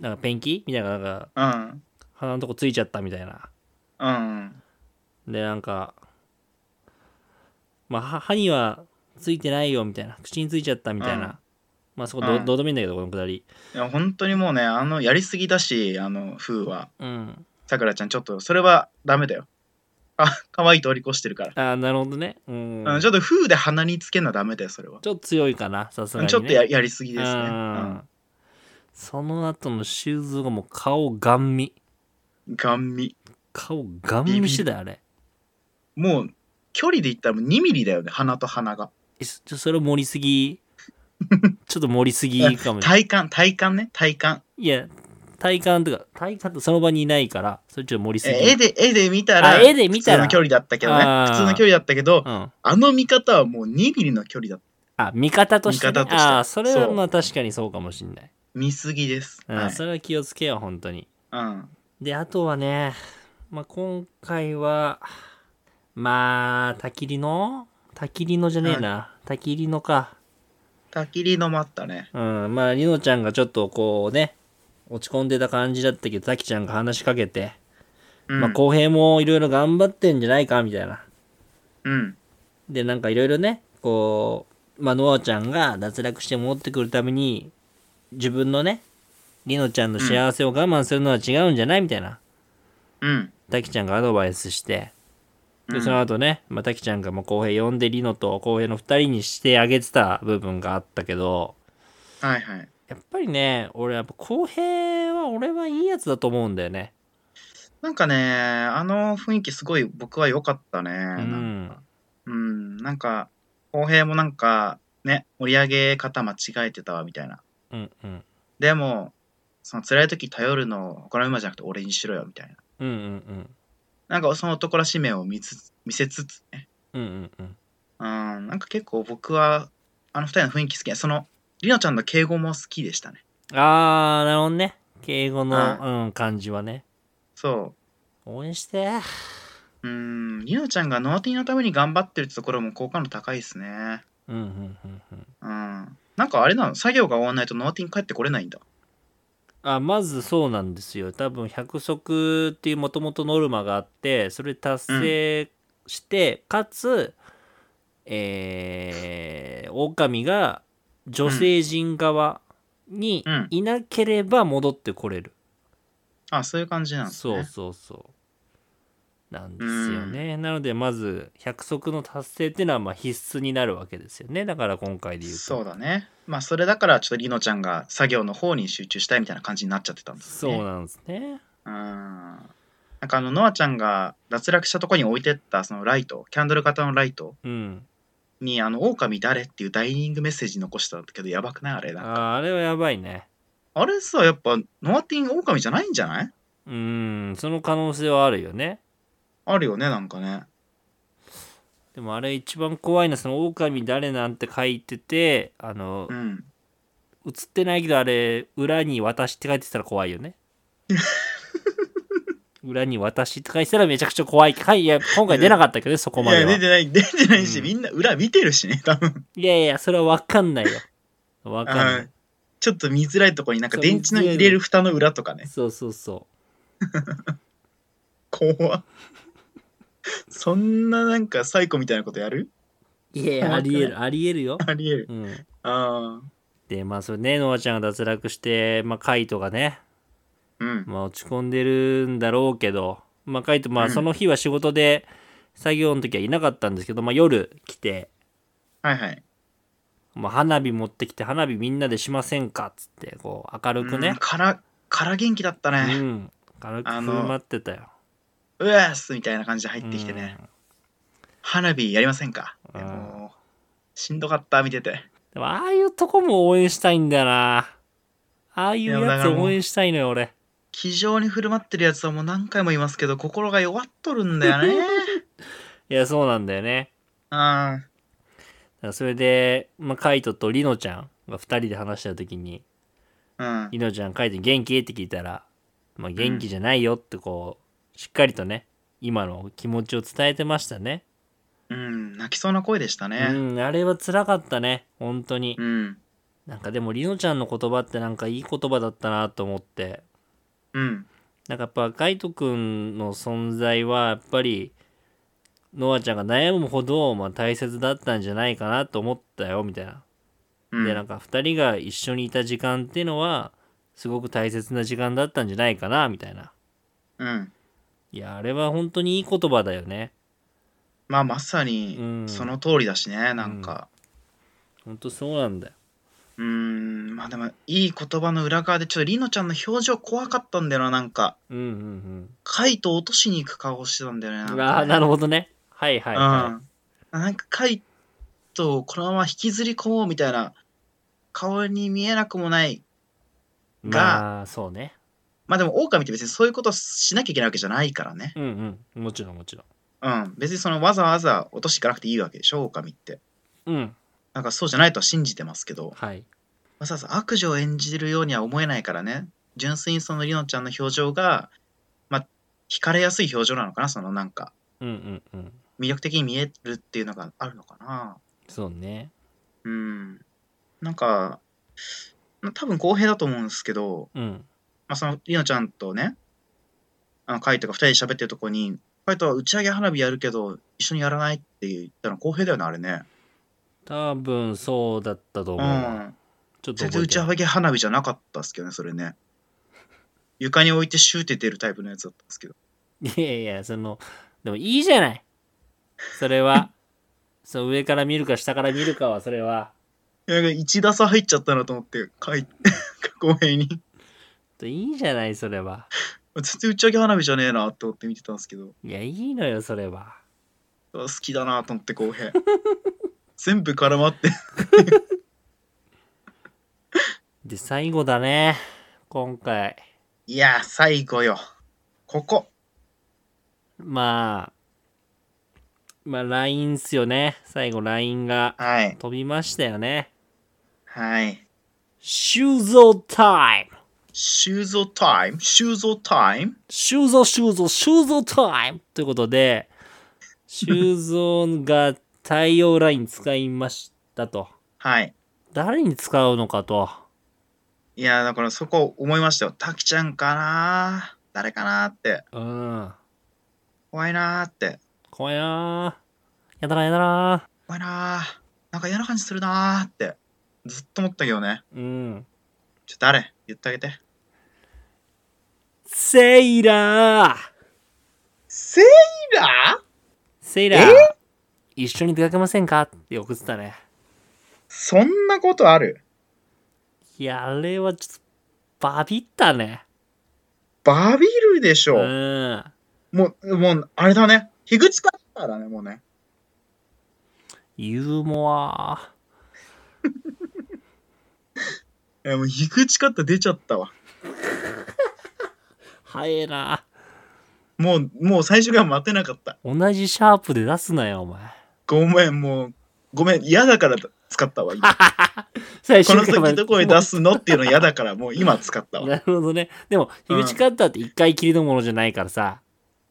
[SPEAKER 1] なんかペンキみたいな、なんか
[SPEAKER 2] うん
[SPEAKER 1] 鼻のとこついちゃったみたいな。
[SPEAKER 2] うん
[SPEAKER 1] で、なんか、まあ、は歯にはついてないよみたいな、口についちゃったみたいな。
[SPEAKER 2] うん
[SPEAKER 1] まあそこど,、
[SPEAKER 2] うん
[SPEAKER 1] どうでもいいんだけど、このくだり。
[SPEAKER 2] いや本当にもうねあのやりすぎだしあの風は
[SPEAKER 1] うん。
[SPEAKER 2] さくらちゃんちょっとそれはダメだよあ可愛い通り越してるから
[SPEAKER 1] ああ、なるほどね。うん。
[SPEAKER 2] うん、
[SPEAKER 1] ち
[SPEAKER 2] ち
[SPEAKER 1] ょ
[SPEAKER 2] ょっと風で鼻につけんなダメだよそれは、
[SPEAKER 1] っと強いかな、さすがに、ね。
[SPEAKER 2] ちょっとややりすぎですね、
[SPEAKER 1] う
[SPEAKER 2] うん
[SPEAKER 1] んその後の修造がもう顔ガン見
[SPEAKER 2] ガン見
[SPEAKER 1] 顔ガン見してたよあれ
[SPEAKER 2] もう距離で言ったらもう2ミリだよね鼻と鼻が
[SPEAKER 1] えちょそれ盛りす
[SPEAKER 2] (laughs)
[SPEAKER 1] ぎちょっと盛りすぎかもしれない
[SPEAKER 2] 体感体感ね体感
[SPEAKER 1] いや体感とか体感とその場にいないからそれちょっと盛りすぎ
[SPEAKER 2] え絵で絵で見たら
[SPEAKER 1] あ絵で見たら
[SPEAKER 2] 普通の距離だったけどね
[SPEAKER 1] あー
[SPEAKER 2] 普通の距離だったけど
[SPEAKER 1] うん、
[SPEAKER 2] あの見方はもう2ミリの距離だった
[SPEAKER 1] あ見方として,、ね、
[SPEAKER 2] 見方として
[SPEAKER 1] あーそれは
[SPEAKER 2] そう
[SPEAKER 1] まあ確かにそうかもしんない、
[SPEAKER 2] 見すぎです、
[SPEAKER 1] うん
[SPEAKER 2] はい
[SPEAKER 1] それは気をつけよう本当に
[SPEAKER 2] うん、
[SPEAKER 1] であとはね、まあ、今回はまあ焚きりの焚きりのじゃねえな焚きりのか
[SPEAKER 2] 焚きりのもあったね
[SPEAKER 1] うん、まあ、りのちゃんがちょっとこうね、落ち込んでた感じだったけど、たきちゃんが話しかけて、
[SPEAKER 2] うん、
[SPEAKER 1] まあ、浩平もいろいろ頑張ってんじゃないか、みたいな。
[SPEAKER 2] うん
[SPEAKER 1] で、なんかいろいろね、こう、まあ、ノアちゃんが脱落して戻ってくるために、自分のね、りのちゃんの幸せを我慢するのは違うんじゃないみたいな。
[SPEAKER 2] うん
[SPEAKER 1] たきちゃんがアドバイスして、
[SPEAKER 2] う
[SPEAKER 1] で、
[SPEAKER 2] ん
[SPEAKER 1] その後ね、まあ、たきちゃんがもう浩平呼んで、りのと浩平の二人にしてあげてた部分があったけど、
[SPEAKER 2] はいはい
[SPEAKER 1] やっぱりね、俺やっぱ公平は俺はいいやつだと思うんだよね。
[SPEAKER 2] なんかね、あの雰囲気すごい僕は良かったね。
[SPEAKER 1] う
[SPEAKER 2] なん
[SPEAKER 1] ん。
[SPEAKER 2] うん、なんか、公平もなんか、ね、盛り上げ方間違えてたわ、みたいな。
[SPEAKER 1] うんうん。
[SPEAKER 2] でも、その辛い時頼るのを他の馬じゃなくて俺にしろよ、みたいな。
[SPEAKER 1] うんうん
[SPEAKER 2] なんかその男らしい面を見つつ見せつつね。
[SPEAKER 1] うん。うんうんうん。
[SPEAKER 2] うん、なんか結構僕は、あの二人の雰囲気好きね。その、りのちゃんの敬語も好きでしたね。
[SPEAKER 1] あー、なるほどね。敬語
[SPEAKER 2] う
[SPEAKER 1] の、うん、感じはね。
[SPEAKER 2] そ
[SPEAKER 1] 応援して。
[SPEAKER 2] う。うん、りのちゃんがノーティーのために頑張ってるってところも好感度高いですね。
[SPEAKER 1] うんうんうんうん。
[SPEAKER 2] うん。なんかあれなの作業が終わんないとノーティーに帰ってこれないんだ。
[SPEAKER 1] あまずそうなんですよ多分100足っていうもともとノルマがあってそれ達成して、かつえー、狼が女性陣側に
[SPEAKER 2] うん
[SPEAKER 1] いなければ戻ってこれる、
[SPEAKER 2] あ、そういう感じなんです
[SPEAKER 1] そう
[SPEAKER 2] ね。
[SPEAKER 1] そうそうなんですよね、なのでまず100足の達成っていうのはまあ必須になるわけですよねだから今回で言うと
[SPEAKER 2] そうだね。まあそれだからちょっとりのちゃんが作業の方に集中したいみたいな感じになっちゃってたんです
[SPEAKER 1] そう
[SPEAKER 2] ね。
[SPEAKER 1] なんですね
[SPEAKER 2] うん。なんかあのノアちゃんが脱落したとこに置いてったそのライト、キャンドル型のライト
[SPEAKER 1] うん
[SPEAKER 2] にあの狼誰っていうダイニングメッセージ残したけどやばくないあれ
[SPEAKER 1] あ
[SPEAKER 2] なんか。
[SPEAKER 1] ーあれはやばいね
[SPEAKER 2] あれさやっぱノアティン狼じゃないんじゃないう
[SPEAKER 1] ーんその可能性はあるよね
[SPEAKER 2] あるよねなんかね。
[SPEAKER 1] でもあれ一番怖いのはその「狼誰?」なんて書いててあの
[SPEAKER 2] うん。
[SPEAKER 1] 映ってないけどあれ裏に「私」って書いてたら怖いよ (laughs) ね裏に「私」って書いてたらめちゃくちゃ怖いはいいや今回出なかったけどねそこ
[SPEAKER 2] い
[SPEAKER 1] まで
[SPEAKER 2] や
[SPEAKER 1] は
[SPEAKER 2] 出てない出てないし、
[SPEAKER 1] うん
[SPEAKER 2] みんな裏見てるしね多分。
[SPEAKER 1] いやいやそれは分かんないよ分かんな
[SPEAKER 2] はいちょっと見づらいとこになんか
[SPEAKER 1] そう
[SPEAKER 2] 電池の入れる蓋の裏と
[SPEAKER 1] (laughs)
[SPEAKER 2] かね。
[SPEAKER 1] そうそうそ
[SPEAKER 2] 怖っそんななんかサイコみたいなことやる
[SPEAKER 1] ういやいやありえるありえるよ
[SPEAKER 2] ありえる。
[SPEAKER 1] うん
[SPEAKER 2] ああ。
[SPEAKER 1] でまあそれねノアちゃんが脱落してまあカイトがね
[SPEAKER 2] うん。
[SPEAKER 1] まあ落ち込んでるんだろうけど、まあ、カイト、ま
[SPEAKER 2] う
[SPEAKER 1] あ
[SPEAKER 2] ん
[SPEAKER 1] その日は仕事で作業の時はいなかったんですけど、まあ夜来て、
[SPEAKER 2] はいはい。
[SPEAKER 1] まあ花火持ってきて、花火みんなでしませんかっつって、こう明るく
[SPEAKER 2] うん
[SPEAKER 1] ね、
[SPEAKER 2] から、から元気だった
[SPEAKER 1] うん、
[SPEAKER 2] ね。
[SPEAKER 1] 明るく
[SPEAKER 2] あ
[SPEAKER 1] 振
[SPEAKER 2] の
[SPEAKER 1] る舞ってたよ。
[SPEAKER 2] うわっすみたいな感じで入ってきてね。
[SPEAKER 1] うん。
[SPEAKER 2] 花火やりませんか
[SPEAKER 1] うん
[SPEAKER 2] でもしんどかった、見てて。
[SPEAKER 1] でもああいうとこも応援したいんだよな。ああいう
[SPEAKER 2] いやだ
[SPEAKER 1] や
[SPEAKER 2] か
[SPEAKER 1] つ
[SPEAKER 2] らもう
[SPEAKER 1] 応援したいのよ、俺。
[SPEAKER 2] 気丈に振る舞ってるやつはもう何回も言いますけど、心が弱っとるんだよね。
[SPEAKER 1] (laughs) いや、そうなんだよね。
[SPEAKER 2] ああ。
[SPEAKER 1] だからそれで、まあ、カイトとリノちゃんが2人で話した時に、
[SPEAKER 2] うん。
[SPEAKER 1] りのちゃん書いて元気って聞いたら、まあ、元気じゃないよってこう、しっかりとね、今の気持ちを伝えてましたね。
[SPEAKER 2] うん。泣きそうな声でした
[SPEAKER 1] う
[SPEAKER 2] ね。
[SPEAKER 1] ん、あれは辛かったね、本当に
[SPEAKER 2] う。ん。
[SPEAKER 1] なんかでもりのちゃんの言葉ってなんかいい言葉だったなと思って。
[SPEAKER 2] うん。
[SPEAKER 1] なんかやっぱカイトくんの存在はやっぱり、ノアちゃんが悩むほど、まあ、大切だったんじゃないかなと思ったよ、みたいな。
[SPEAKER 2] うん。
[SPEAKER 1] で、なんか二人が一緒にいた時間っていうのは、すごく大切な時間だったんじゃないかな、みたいな。
[SPEAKER 2] うん。
[SPEAKER 1] いや、あれは本当にいい言葉だよね。
[SPEAKER 2] まあ、まさ
[SPEAKER 1] う
[SPEAKER 2] に
[SPEAKER 1] ん、
[SPEAKER 2] その通りだしね、なんか。
[SPEAKER 1] 本当そうなんだよ。
[SPEAKER 2] うーんまあでもいい言葉の裏側でちょっとりのちゃんの表情怖かったんだよななんか
[SPEAKER 1] うんうん
[SPEAKER 2] カイト落としに行く顔してたんだよね
[SPEAKER 1] う
[SPEAKER 2] なん
[SPEAKER 1] ん。
[SPEAKER 2] か
[SPEAKER 1] ああ、
[SPEAKER 2] ね
[SPEAKER 1] なるほどね。はいはいは
[SPEAKER 2] うん、なんかカイトをこのまま引きずり込もうみたいな顔に見えなくもない
[SPEAKER 1] い。
[SPEAKER 2] うん
[SPEAKER 1] まあ、そうね。
[SPEAKER 2] まあでもオオカミって別にそういうことしなきゃいけないわけじゃないからね
[SPEAKER 1] うんうん。もちろんもちろ
[SPEAKER 2] うん別にそのわざわざ落としていかなくていいわけでしょオオカミって
[SPEAKER 1] ん。うん。
[SPEAKER 2] なんかそうじゃないとは信じてますけど
[SPEAKER 1] はい。
[SPEAKER 2] わざわざ悪女を演じるようには思えないからね純粋にそのりのちゃんの表情がまあ惹かれやすい表情なのかなそのなんか
[SPEAKER 1] うんうんうん。
[SPEAKER 2] 魅力的に見えるっていうのがあるのかな
[SPEAKER 1] そうね。
[SPEAKER 2] うんなんかまあ多分公平だと思うんですけど、
[SPEAKER 1] うん。
[SPEAKER 2] まあ、そのりのちゃんとねあのカイトが2人で喋ってるとこにカイトは打ち上げ花火やるけど一緒にやらないって言ったの公平だよねあれね
[SPEAKER 1] 多分そうだったと
[SPEAKER 2] う
[SPEAKER 1] 思うわ。
[SPEAKER 2] ん
[SPEAKER 1] ちょっと
[SPEAKER 2] 全然
[SPEAKER 1] 覚え
[SPEAKER 2] 打ち
[SPEAKER 1] てない
[SPEAKER 2] 上げ花火じゃなかったっすけどねそれね床に置いてシューって出るタイプのやつだったんですけど
[SPEAKER 1] いやいや、その、でもいいじゃない。それは。
[SPEAKER 2] (laughs)
[SPEAKER 1] その上から見るか下から見るかはそれは。
[SPEAKER 2] いやなんか1打差入っちゃったなと思って書いて (laughs) 公平に
[SPEAKER 1] いいじゃない、それは。
[SPEAKER 2] 全然打ち上げ花火じゃねえなって思って見てたんですけど
[SPEAKER 1] いやいいのよそれは
[SPEAKER 2] うわ好きだなと思って浩平全部絡まって
[SPEAKER 1] で最後だね今回
[SPEAKER 2] いや最後よここ
[SPEAKER 1] まあまあ LINE っすよね最後 LINE が
[SPEAKER 2] はい
[SPEAKER 1] 飛びましたよね
[SPEAKER 2] はい
[SPEAKER 1] 修造タイム
[SPEAKER 2] 修造タイム修造タイム
[SPEAKER 1] 修造修造修造タイムということで修造が太陽ライン使いましたと
[SPEAKER 2] はい
[SPEAKER 1] 誰に使うのかと
[SPEAKER 2] いやだからそこ思いましたよ滝ちゃんかな誰かなって
[SPEAKER 1] うん
[SPEAKER 2] 怖いなーって
[SPEAKER 1] 怖いなーやだなやだな
[SPEAKER 2] 怖いなーなんか嫌な感じするなーってずっと思ったけどね
[SPEAKER 1] ーうん
[SPEAKER 2] ちょっと誰言ってあげて
[SPEAKER 1] セイラー
[SPEAKER 2] セイラー
[SPEAKER 1] セイラー
[SPEAKER 2] え
[SPEAKER 1] 一緒に出かけませんかって送ってたね
[SPEAKER 2] そんなことある
[SPEAKER 1] いやあれはちょっとバビったね
[SPEAKER 2] バビるでし
[SPEAKER 1] う
[SPEAKER 2] ょ、
[SPEAKER 1] ん
[SPEAKER 2] もうもうあれだね樋口カッターだねもうね
[SPEAKER 1] ユーモア
[SPEAKER 2] いやもう樋口カッター出ちゃったわ
[SPEAKER 1] 早えな
[SPEAKER 2] もうもう最初から待てなかった
[SPEAKER 1] 同じシャープで出すなよお前
[SPEAKER 2] ごめんもうごめん嫌だから使ったわ今
[SPEAKER 1] (laughs) 最
[SPEAKER 2] この
[SPEAKER 1] 回まで
[SPEAKER 2] 先どこへ出すのっていうの嫌だからもう今使った
[SPEAKER 1] (laughs)
[SPEAKER 2] わ
[SPEAKER 1] なるほどね。でも、
[SPEAKER 2] うん
[SPEAKER 1] 樋口カッターって一回きりのものじゃないからさ。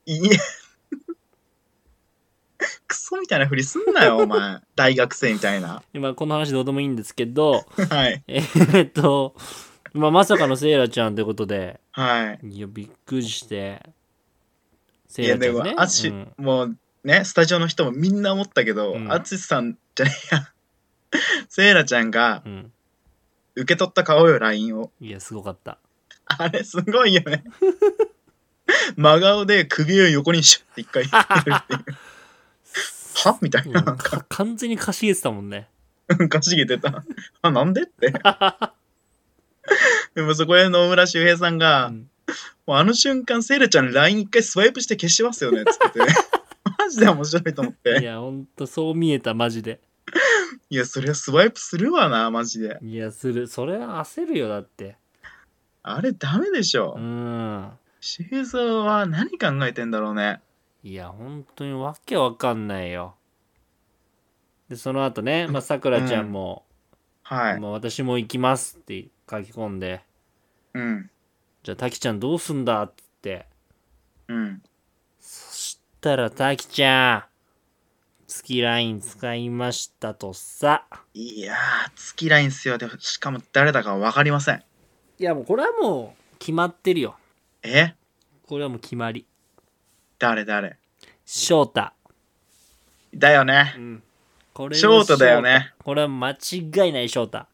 [SPEAKER 2] いい (laughs) クソみたいなふりすんなよ、お前。大学生みたいな。
[SPEAKER 1] 今、この話どうでもいいんですけど、
[SPEAKER 2] はい。
[SPEAKER 1] えーっと、まあ、まさかのセイラちゃんということで、
[SPEAKER 2] はい。
[SPEAKER 1] いや、びっくりして、セ
[SPEAKER 2] い
[SPEAKER 1] イ
[SPEAKER 2] や、
[SPEAKER 1] ラち
[SPEAKER 2] で
[SPEAKER 1] ゃん
[SPEAKER 2] も、
[SPEAKER 1] ね。
[SPEAKER 2] アツシ、
[SPEAKER 1] うん
[SPEAKER 2] もうね、スタジオの人もみんな思ったけど、
[SPEAKER 1] うん
[SPEAKER 2] アツシさんじゃねえや。セイラちゃんが
[SPEAKER 1] うん。
[SPEAKER 2] 受け取った顔よ、LINE を。
[SPEAKER 1] いや、すごかった。
[SPEAKER 2] あれ、すごいよね。真顔で首を横にシュッて
[SPEAKER 1] (laughs)
[SPEAKER 2] 一回やってるっていう。はみたいな。
[SPEAKER 1] うんか完全にかしげてたもんね。
[SPEAKER 2] かしげてた。あ、なんでって。でもそこへ野村周平さんが、
[SPEAKER 1] うん
[SPEAKER 2] もうあの瞬間、セイラちゃん LINE 一回スワイプして消しますよね、つ
[SPEAKER 1] (laughs)
[SPEAKER 2] ってて。マジで面白いと思っ
[SPEAKER 1] い
[SPEAKER 2] て。
[SPEAKER 1] や、ほんと、そう見えた、マジで。
[SPEAKER 2] いや、そりゃスワイプするわな、マジで。
[SPEAKER 1] いや、する。それは焦るよ、だって。
[SPEAKER 2] あれダメでしょ
[SPEAKER 1] う。ん。
[SPEAKER 2] 修造は何考えてんだろうね。
[SPEAKER 1] いや、本当にわけわかんないよ。で、その後ね、まあ、さくらちゃんも、
[SPEAKER 2] はい。
[SPEAKER 1] まあ、私も行きますって書き込んで、
[SPEAKER 2] うん。
[SPEAKER 1] じゃあ、たきちゃんどうすんだっつって、
[SPEAKER 2] うん。
[SPEAKER 1] そしたら、たきちゃん、月ライン使いましたとさ。
[SPEAKER 2] いやー、月ラインっすよ。でもしかも誰だかわかりません。
[SPEAKER 1] いや、もうこれはもう決まってるよ。
[SPEAKER 2] え
[SPEAKER 1] これはもう決まり。
[SPEAKER 2] 誰誰
[SPEAKER 1] 翔太。
[SPEAKER 2] だよね。
[SPEAKER 1] ん。これは
[SPEAKER 2] 翔太だよね。
[SPEAKER 1] これは間違いない翔太。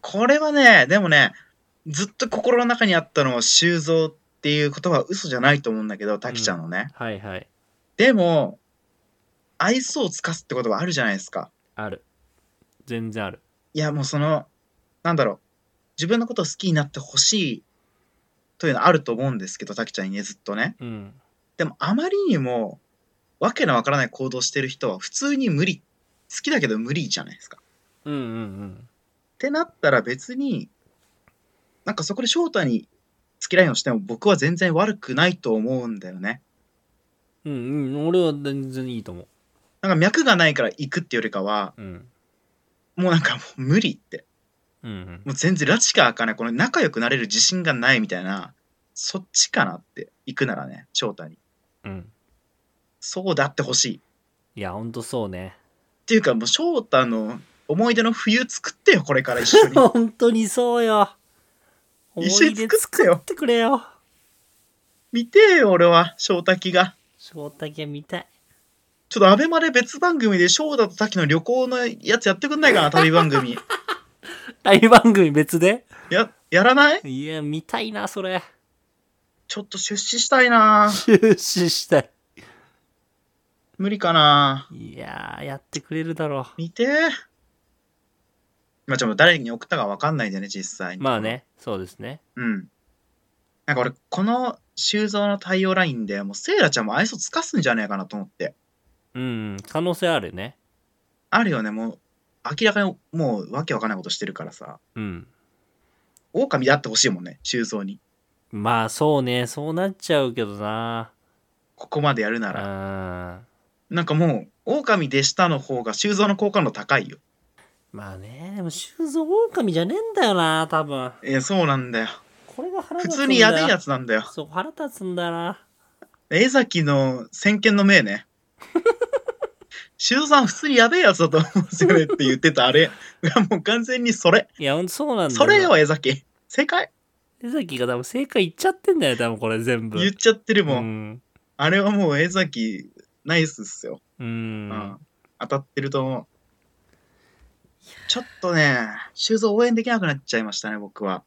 [SPEAKER 2] これはね、でもね、ずっと心の中にあったのは修造っていう言葉は嘘じゃないと思うんだけど、滝ちゃんのね。
[SPEAKER 1] はいはい。
[SPEAKER 2] でも、愛想を尽かすって言葉あるじゃないですか。
[SPEAKER 1] ある。全然ある。
[SPEAKER 2] いや、もうその、なんだろう、自分のことを好きになってほしいというのはあると思うんですけど、滝ちゃんにね、ずっとね。
[SPEAKER 1] うん。
[SPEAKER 2] でも、あまりにも、わけのわからない行動してる人は、普通に無理。好きだけど無理じゃないですか。
[SPEAKER 1] うんうんうん。
[SPEAKER 2] ってなったら別に、なんかそこで翔太に好きラインをしても僕は全然悪くないと思うんだよね。
[SPEAKER 1] うんうん、俺は全然いいと思
[SPEAKER 2] なんか脈がないから行くってよりかは、
[SPEAKER 1] う。うん。
[SPEAKER 2] もうなんかもう無理って。
[SPEAKER 1] うん、うん。
[SPEAKER 2] もう全然拉致が開かない、この仲良くなれる自信がないみたいな、そっちかなって、行くならね、翔太に。
[SPEAKER 1] うん。
[SPEAKER 2] そうだってほしい。っ
[SPEAKER 1] いや、ほんとそうね。 (laughs)
[SPEAKER 2] ていうか、もう翔太の思い出の冬作ってよ、これから一緒
[SPEAKER 1] (laughs)
[SPEAKER 2] に。
[SPEAKER 1] 本当にそうよ。
[SPEAKER 2] 一緒
[SPEAKER 1] 思い
[SPEAKER 2] に作ってよ
[SPEAKER 1] 出作ってくれよ。
[SPEAKER 2] 見てよ、俺は、翔太きが。
[SPEAKER 1] 翔太家見たい。
[SPEAKER 2] ちょっとアベマで別番組で翔太と滝の旅行のやつやってくんないかな、旅番組。
[SPEAKER 1] 旅番組別で
[SPEAKER 2] や、やらない
[SPEAKER 1] いや、見たいな、それ。
[SPEAKER 2] ちょっと出資したいな
[SPEAKER 1] 中止したい。
[SPEAKER 2] 無理かない
[SPEAKER 1] やー、やってくれるだろ
[SPEAKER 2] 見てまあちょっと誰に送ったかわかんないんだよね、実際
[SPEAKER 1] う。
[SPEAKER 2] に。
[SPEAKER 1] まあね、そうですね。
[SPEAKER 2] うん。なんか俺、この修造の対応ラインでもうセイラちゃんも愛想つかすんじゃねえかなと思って。
[SPEAKER 1] うん可能性あるね
[SPEAKER 2] あるよね、もう明らかにもうわけわかんないことしてるからさ。
[SPEAKER 1] うん
[SPEAKER 2] 狼であってほしいもんね、修造に。
[SPEAKER 1] まあそうねそうなっちゃうけどな
[SPEAKER 2] ここまでやるなら。
[SPEAKER 1] うん
[SPEAKER 2] なんかもう、狼でしたの方が修造の好感度高いよ。
[SPEAKER 1] まあねでも修造狼じゃねえんだよな多分
[SPEAKER 2] えーそうなんだよ。
[SPEAKER 1] これが腹
[SPEAKER 2] 普
[SPEAKER 1] 立つんだ
[SPEAKER 2] 通にやべえや
[SPEAKER 1] つ
[SPEAKER 2] つなんだよ。
[SPEAKER 1] そう腹立つんだな
[SPEAKER 2] 江崎の先見の明
[SPEAKER 1] (laughs)
[SPEAKER 2] ね。修造さん普通にやべえやつだと思うんですよねって言ってたあれがもう完全にそれ。
[SPEAKER 1] いやほんとそうなんだ
[SPEAKER 2] それよ、江崎。正解
[SPEAKER 1] 江崎が多分正解言っちゃってんだよ多分これ全部
[SPEAKER 2] 言っちゃってるもん。
[SPEAKER 1] ん
[SPEAKER 2] あれはもう江崎、ナイスっすよ。
[SPEAKER 1] う、
[SPEAKER 2] うんん。当たってると思う。ちょっとね、修造応援できなくなっちゃいましたね、僕は。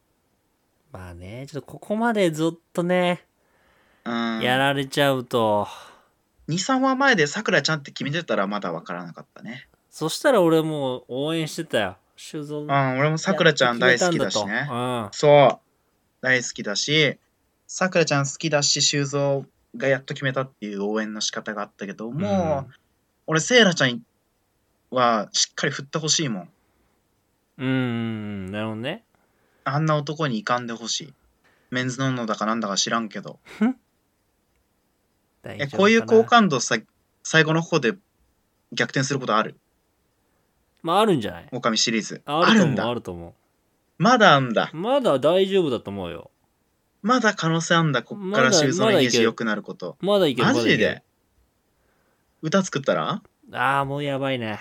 [SPEAKER 1] まあねちょっとここまでずっとね、
[SPEAKER 2] うん。
[SPEAKER 1] やられちゃうと
[SPEAKER 2] 23話前でさくらちゃんって決めてたらまだ分からなかったね
[SPEAKER 1] そしたら俺もう応援してたよ修造
[SPEAKER 2] うん俺もさくらちゃん大好きだし
[SPEAKER 1] やっ
[SPEAKER 2] ね
[SPEAKER 1] と決めたんだと
[SPEAKER 2] そう大好きだしさくらちゃん好きだし修造がやっと決めたっていう応援の仕方があったけど
[SPEAKER 1] うん
[SPEAKER 2] もう、俺セイラちゃんはしっかり振ってほしいもん
[SPEAKER 1] うん、うん、なるほどね
[SPEAKER 2] あんな男にいかんでほしいメンズノンノだかなんだか知らんけど
[SPEAKER 1] 大丈夫
[SPEAKER 2] え
[SPEAKER 1] かな
[SPEAKER 2] こういう好感度さ最後の方で逆転することある
[SPEAKER 1] まああるんじゃない
[SPEAKER 2] 狼シリーズ
[SPEAKER 1] あると
[SPEAKER 2] ん
[SPEAKER 1] 思うあ
[SPEAKER 2] だ
[SPEAKER 1] ると思
[SPEAKER 2] まだあんだ
[SPEAKER 1] うまだ大丈夫だと思うよ
[SPEAKER 2] まだ可能性あんだこっか
[SPEAKER 1] ま
[SPEAKER 2] ら
[SPEAKER 1] だ
[SPEAKER 2] 修造のイメ
[SPEAKER 1] まだ
[SPEAKER 2] ー
[SPEAKER 1] いけ
[SPEAKER 2] ジ
[SPEAKER 1] る
[SPEAKER 2] 良くなること
[SPEAKER 1] まだいけるま
[SPEAKER 2] マ
[SPEAKER 1] だいけ
[SPEAKER 2] ジ
[SPEAKER 1] る
[SPEAKER 2] で歌作ったら
[SPEAKER 1] ああもうやばいね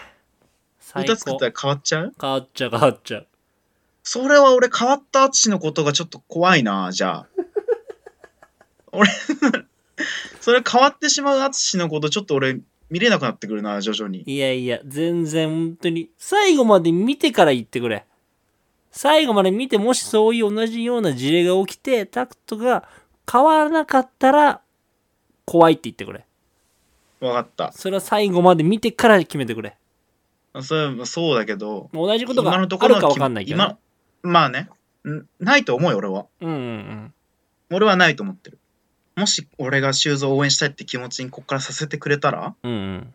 [SPEAKER 1] 最高
[SPEAKER 2] 歌作ったら変わっちゃう
[SPEAKER 1] 変わっちゃう変わっちゃう
[SPEAKER 2] それは俺変わった淳のことがちょっと怖いな
[SPEAKER 1] (laughs)
[SPEAKER 2] じゃあ俺それ変わってしまう淳のことちょっと俺見れなくなってくるな徐々に
[SPEAKER 1] いやいや、全然本当に、最後まで見てから言ってくれ。最後まで見て、もしそういう同じような事例が起きて、タクトが変わらなかったら、怖いって言ってくれ。
[SPEAKER 2] 分かった
[SPEAKER 1] それは最後まで見てから決めてくれ。
[SPEAKER 2] それそうだけど
[SPEAKER 1] 同じことがあるか
[SPEAKER 2] ろは
[SPEAKER 1] わかんないけどね、
[SPEAKER 2] 今まあねんないと思うよ俺は
[SPEAKER 1] うんうんうん。
[SPEAKER 2] 俺はないと思ってるもし俺が修造を応援したいって気持ちにこっからさせてくれたら
[SPEAKER 1] うんうん。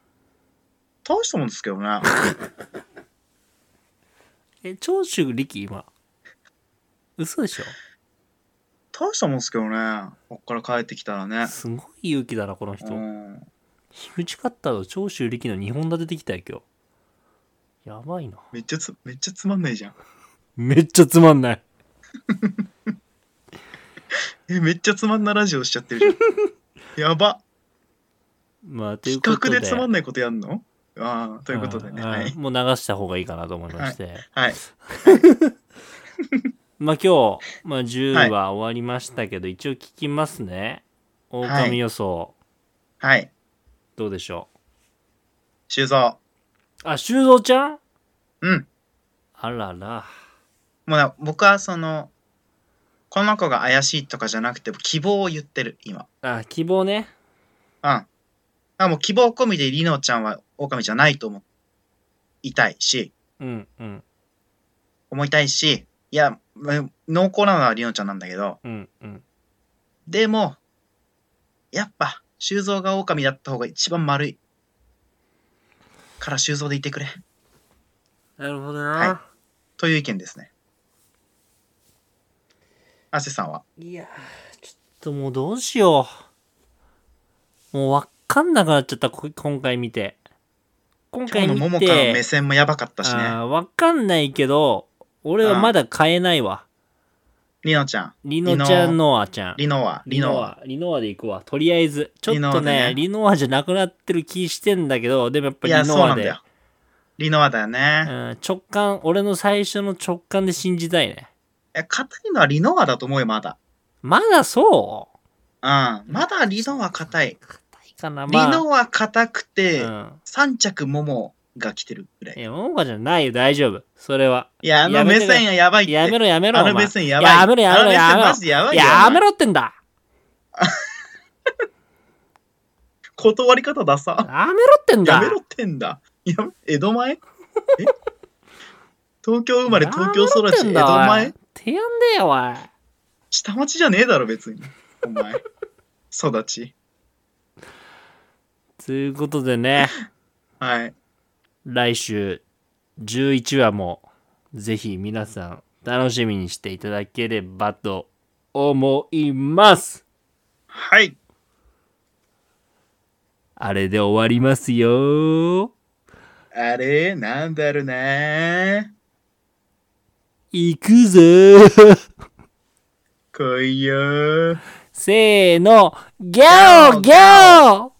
[SPEAKER 2] 大したもんですけどね
[SPEAKER 1] え、長州力今。嘘でしょ
[SPEAKER 2] 大したもんですけどねこっから帰ってきたらね
[SPEAKER 1] すごい勇気だな、この (laughs)
[SPEAKER 2] う
[SPEAKER 1] 人。
[SPEAKER 2] ん
[SPEAKER 1] 樋口カッターと長州力の2本立ててきたよ、今日。やばいな。
[SPEAKER 2] めっちゃつめっちゃつまんないじゃん
[SPEAKER 1] めっちゃつまんない。
[SPEAKER 2] えめっちゃつまんなラジオしちゃってる
[SPEAKER 1] (laughs)
[SPEAKER 2] じゃんやば
[SPEAKER 1] まあ、とい
[SPEAKER 2] 企
[SPEAKER 1] うこと
[SPEAKER 2] 画
[SPEAKER 1] で。
[SPEAKER 2] でつまんないことやんのああということでね
[SPEAKER 1] んん
[SPEAKER 2] はい
[SPEAKER 1] もう流した方がいいかなと思いまして。
[SPEAKER 2] はい
[SPEAKER 1] まあ今日、まあ
[SPEAKER 2] は
[SPEAKER 1] 10
[SPEAKER 2] い
[SPEAKER 1] 話終わりましたけど、一応聞きますね。
[SPEAKER 2] い
[SPEAKER 1] 狼予想、
[SPEAKER 2] はい
[SPEAKER 1] どうでしょ
[SPEAKER 2] 修造
[SPEAKER 1] う。あ、修造ちゃん
[SPEAKER 2] うん
[SPEAKER 1] あらら。
[SPEAKER 2] もうな僕はそのこの子が怪しいとかじゃなくて希望を言ってる今
[SPEAKER 1] あ、希望ね。
[SPEAKER 2] うんあもう希望込みでりのちゃんは狼じゃないと思いたいし
[SPEAKER 1] うんうん
[SPEAKER 2] 思いたいしいやま濃厚なのはりのちゃんなんだけど
[SPEAKER 1] うんうん。
[SPEAKER 2] でも、やっぱ、修造が狼だった方が一番丸い。から修造でいてくれ。
[SPEAKER 1] なるほどな。
[SPEAKER 2] はという意見ですね。アセさんは。
[SPEAKER 1] い、やーちょっともうどうしよう。もうわかんなくなっちゃった、こ今回見て。今
[SPEAKER 2] 今
[SPEAKER 1] 回
[SPEAKER 2] 日の
[SPEAKER 1] 見て。
[SPEAKER 2] 桃花の目線もやばかったしね。
[SPEAKER 1] あーわかんないけど、俺はまだ買えないわ。
[SPEAKER 2] りのちゃん。
[SPEAKER 1] リノちゃん、ノアちゃん。
[SPEAKER 2] りのは、りのは。
[SPEAKER 1] ア。リノアで行くわ。とりあえず。ちょっ
[SPEAKER 2] リノ
[SPEAKER 1] と
[SPEAKER 2] アで
[SPEAKER 1] ね、
[SPEAKER 2] ね
[SPEAKER 1] リノアじゃなくなってる気してんだけど、でもやっぱり
[SPEAKER 2] いや、
[SPEAKER 1] リ
[SPEAKER 2] そう
[SPEAKER 1] ノ
[SPEAKER 2] な
[SPEAKER 1] ア
[SPEAKER 2] んだ
[SPEAKER 1] で
[SPEAKER 2] よ。。りのはだよ
[SPEAKER 1] う
[SPEAKER 2] ね。
[SPEAKER 1] ん、直感、俺の最初の直感で信じたいね。
[SPEAKER 2] いや、硬いのはりのはだと思うよ、まだ。
[SPEAKER 1] まだそう
[SPEAKER 2] うん。まだりのは硬い。
[SPEAKER 1] 硬いかな、
[SPEAKER 2] り
[SPEAKER 1] まあ。
[SPEAKER 2] のは硬くて、
[SPEAKER 1] うん。
[SPEAKER 2] 三着桃が来てるぐら
[SPEAKER 1] い
[SPEAKER 2] い。
[SPEAKER 1] や、桃花じゃないよ、大丈夫。それは。
[SPEAKER 2] いや、
[SPEAKER 1] や
[SPEAKER 2] あ
[SPEAKER 1] め
[SPEAKER 2] の目
[SPEAKER 1] てくれ
[SPEAKER 2] 線はやばいって。
[SPEAKER 1] やめろ、やめろ。
[SPEAKER 2] あ
[SPEAKER 1] お
[SPEAKER 2] の
[SPEAKER 1] 前
[SPEAKER 2] 別にやばい。
[SPEAKER 1] やめろ、やめろ、や
[SPEAKER 2] あの
[SPEAKER 1] め
[SPEAKER 2] 別
[SPEAKER 1] ろ
[SPEAKER 2] マジ。でやばいよ。
[SPEAKER 1] やめ
[SPEAKER 2] ろ
[SPEAKER 1] ろってんだ。
[SPEAKER 2] 断り方ださ。
[SPEAKER 1] やめろってんだ。
[SPEAKER 2] やめろってんだ。やめ江
[SPEAKER 1] (laughs)
[SPEAKER 2] 戸前え東京生まれ東京育
[SPEAKER 1] やめろっ
[SPEAKER 2] ち江戸
[SPEAKER 1] てんだおい
[SPEAKER 2] 前
[SPEAKER 1] てやんでよ、おい。
[SPEAKER 2] 知下町じゃねえだろ、別に。お前。育ち。
[SPEAKER 1] ということでね、 (laughs)
[SPEAKER 2] はい。
[SPEAKER 1] 来週11話もぜひ皆さん楽しみにしていただければと思います。
[SPEAKER 2] はい。
[SPEAKER 1] あれで終わりますよ。
[SPEAKER 2] あれ、なんだろうな。
[SPEAKER 1] 行く (laughs) ぞ。
[SPEAKER 2] 来いよ。
[SPEAKER 1] せーの、ギャオギャオ